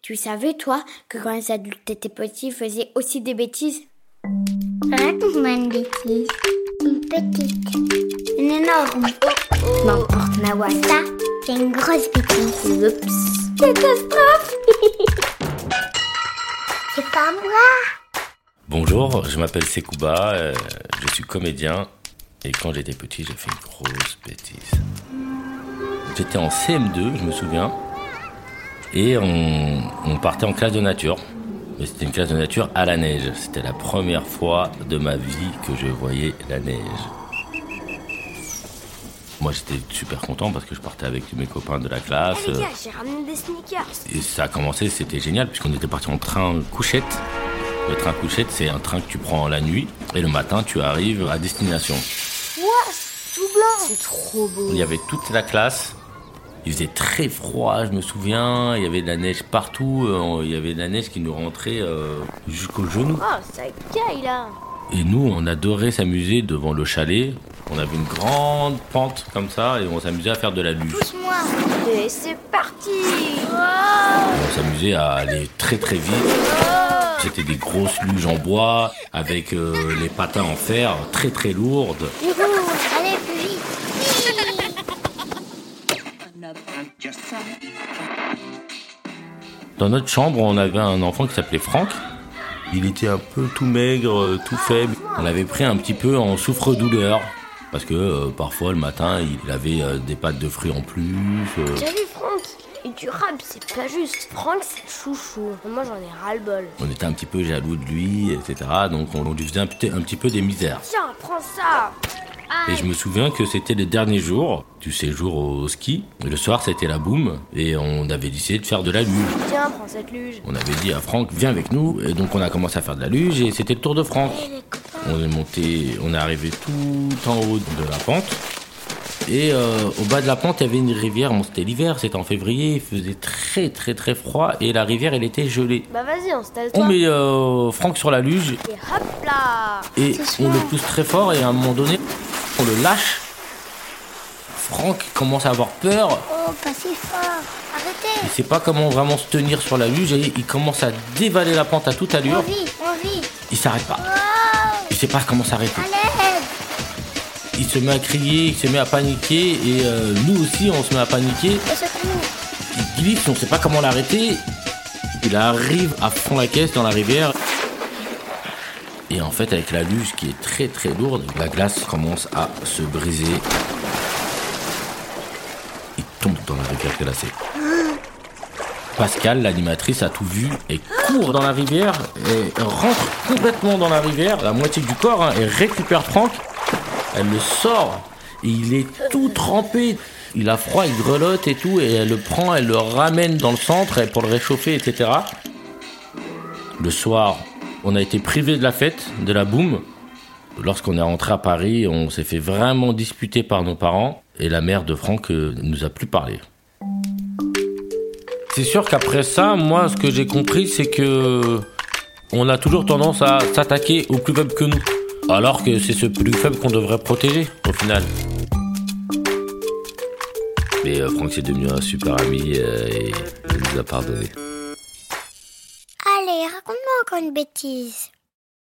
Tu savais, toi, que quand les adultes étaient petits, ils faisaient aussi des bêtises Raconte-moi une bêtise. Une petite, Une énorme. n'importe ma voix. Ça, c'est une grosse bêtise. Oups. Catastrophe C'est pas moi Bonjour, je m'appelle Sekouba, euh, je suis comédien et quand j'étais petit, j'ai fait une grosse bêtise. J'étais en CM2, je me souviens, et on, on partait en classe de nature. Mais c'était une classe de nature à la neige. C'était la première fois de ma vie que je voyais la neige. Moi, j'étais super content parce que je partais avec mes copains de la classe. euh, Eh, j'ai ramené des sneakers. et ça a commencé, c'était génial, puisqu'on était parti en train couchette. Le train couchette, c'est un train que tu prends la nuit, et le matin, tu arrives à destination. Tout blanc. C'est trop beau. Il y avait toute la classe. Il faisait très froid, je me souviens. Il y avait de la neige partout. euh, Il y avait de la neige qui nous rentrait euh, jusqu'au genou. Oh, ça caille là. Et nous, on adorait s'amuser devant le chalet. On avait une grande pente comme ça et on s'amusait à faire de la luge. Et c'est parti. On s'amusait à aller très très vite. C'était des grosses luges en bois avec euh, les patins en fer très très lourdes. Allez, plus vite Dans notre chambre, on avait un enfant qui s'appelait Franck. Il était un peu tout maigre, euh, tout faible. On l'avait pris un petit peu en souffre-douleur. Parce que euh, parfois, le matin, il avait euh, des pâtes de fruits en plus. euh. T'as vu, Franck Et durable, c'est pas juste. Franck, c'est le chouchou. Moi, j'en ai ras-le-bol. on était un petit peu jaloux de lui, etc. Donc, on lui faisait un petit- un petit peu des misères. Tiens, prends ça. Et je me souviens que c'était les derniers jours du séjour au ski. Et le soir, c'était la boum. Et on avait décidé de faire de la luge. Tiens, prends cette luge. On avait dit à Franck, viens avec nous. Et donc, on a commencé à faire de la luge. Et c'était le tour de Franck. On est monté, on est arrivé tout en haut de la pente. Et euh, au bas de la pente, il y avait une rivière. Bon, c'était l'hiver, c'était en février. Il faisait très, très, très froid. Et la rivière, elle était gelée. Bah vas-y, On installe-toi. met euh, Franck sur la luge Et hop là. et C'est on ça. le pousse très fort et à un moment donné, on le lâche. Franck commence à avoir peur, Oh, pas si fort Arrêtez il sait pas comment vraiment se tenir sur la luge et il commence à dévaler la pente à toute On allure. vit, on vit Il s'arrête pas, Oh il sait pas comment s'arrêter. À l'aide Il se met à crier, il se met à paniquer et euh, nous aussi on se met à paniquer. Et secoue Il glisse, on sait pas comment l'arrêter. Il arrive à fond la caisse dans la rivière. Et en fait, avec la luge qui est très très lourde, la glace commence à se briser. Il tombe dans la rivière glacée. Pascal, l'animatrice, a tout vu et court dans la rivière et rentre complètement dans la rivière, la moitié du corps, hein, et récupère Franck. Elle le sort et il est tout trempé. Il a froid, il grelotte et tout, et elle le prend, elle le ramène dans le centre et pour le réchauffer, etc. Le soir, on a été privé de la fête, de la boum. Lorsqu'on est rentré à Paris, on s'est fait vraiment disputer par nos parents et la mère de Franck euh, nous a plus parlé. C'est sûr qu'après ça, moi, ce que j'ai compris, c'est que on a toujours tendance à s'attaquer aux plus faibles que nous, alors que c'est ce plus faible qu'on devrait protéger au final. Mais euh, Franck est devenu un super ami euh, et il nous a pardonné. Allez, raconte-moi encore une bêtise